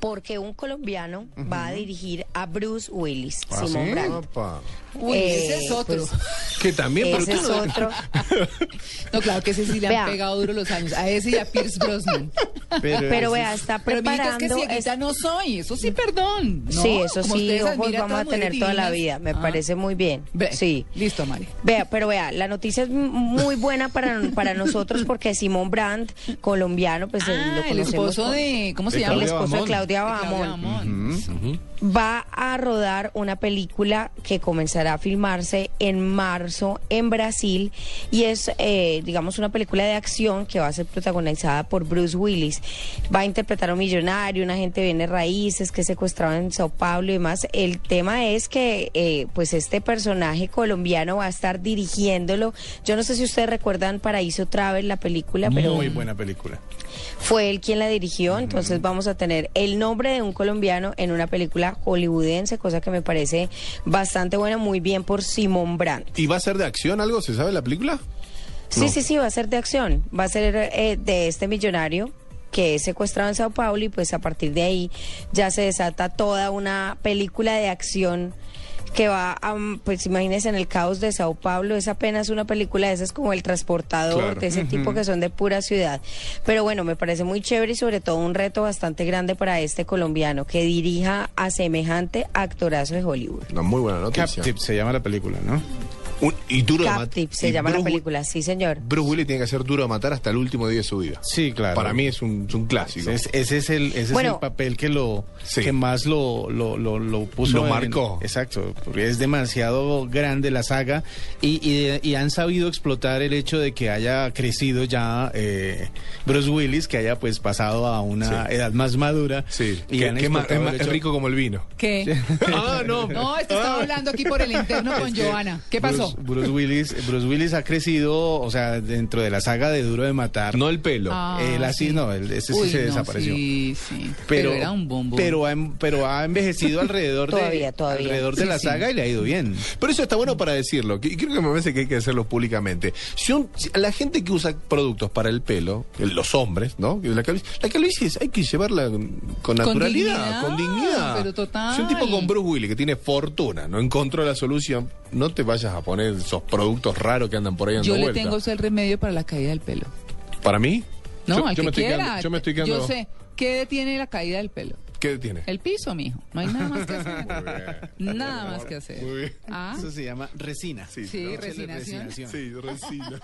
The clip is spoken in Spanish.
porque un colombiano va a dirigir a Bruce Willis, ¿Ah, Simón sí? Bravo. Opa. Uy, Eh, ese es otro. Que también, pero Ese tú es no- otro. No, claro que ese sí le Vea. han pegado duro los años. A ese y a Pierce Brosnan. Pero, Pero vea, está Pero mira, es que preparando. cieguita es- no soy. Eso sí, perdón. No, Sí, eso como sí, ustedes ojos admiran vamos a todas tener mujeres toda la vida. divinas. Me Ah. parece muy bien. Ve, Sí. Listo, Mari. Vea, pero vea, la noticia es m- muy buena para, para nosotros porque Simón Brandt, colombiano, pues eh, Ah, lo el conocemos esposo por- de. ¿Cómo se De llama? el Claudia esposo de Bamón. Claudia De Claudia Bamón. Bamón. va a rodar una película que comenzará a filmarse en marzo en Brasil y es, eh, digamos, una película de acción que va a ser protagonizada por Bruce Willis. Va a interpretar a un millonario, una gente de bienes raíces que secuestraba en Sao Paulo y demás. El tema es que, eh, pues, este personaje colombiano va a estar dirigiéndolo. Yo no sé si ustedes recuerdan Paraíso Travel, la película, pero Muy buena película. fue él quien la dirigió, entonces vamos a tener el nombre de un colombiano en una película hollywoodense, cosa que me parece bastante buena, muy bien por Simón Brand. ¿Y va a ser de acción algo? ¿Se sabe la película? Sí, sí, sí, va a ser de acción, va a ser eh, de este millonario que es secuestrado en Sao Paulo y pues a partir de ahí ya se desata toda una película de acción que va a, mm, pues imagínense en el caos de Sao Paulo, es apenas una película de esas como El Transportador, Claro. de ese tipo que son de pura ciudad. Pero bueno, me parece muy chévere y sobre todo un reto bastante grande para este colombiano que dirija a semejante actorazo de Hollywood. No, muy buena noticia. Captive se llama la película, ¿no? Un- y duro de mat- Captive se y llama la Bruce- película, sí señor. Bruce Willis tiene que ser duro de matar hasta el último día de su vida. Sí, claro. Para mí es un, es un clásico. Ese es, ese es el, ese Bueno. es el papel que lo Sí. que más lo, lo, lo, lo puso. Lo en- marcó. exacto. Porque es demasiado grande la saga y, y- y han sabido explotar el hecho de que haya crecido ya eh, Bruce Willis, que haya pues pasado a una Sí. edad más madura. Sí, Y que- han que es, ma- explotado es ma- el es hecho- rico como el vino. ¿Qué? ah, no. No, es que estaba hablando aquí por el interno con Joana. ¿Qué pasó? Bruce, Bruce Willis, Bruce Willis ha crecido, o sea, dentro de la saga de Duro de Matar. No el pelo. Ah, él así sí. no, él- ese sí Uy, se no, desapareció. Sí, sí. pero, Pero, era un bombo. Pero ha, en- pero ha envejecido alrededor de, Todavía, todavía. Alrededor de Sí, la sí. saga y le ha ido bien. Pero eso está bueno para decirlo, que- y creo que me parece que hay que hacerlo públicamente. Si un- si a la gente que usa productos para el pelo, que los hombres, ¿no? Que La calvicie, la calvicie es- hay que llevarla con, con naturalidad, dignidad, con dignidad. pero total. Si un tipo con Bruce Willis, que tiene fortuna, no encontró la solución, no te vayas a poner esos productos raros que andan por ahí dando Yo le vuelta. tengo el remedio para la caída del pelo. ¿Para mí? No, yo, al yo que me estoy quiera. quedando, yo me estoy quedando... Yo sé. ¿Qué detiene la caída del pelo? ¿Qué tiene? El piso, mijo. No hay nada más que hacer. nada más que hacer. Muy bien. Ah, Eso se llama resina. sí, resinación. Sí, resina.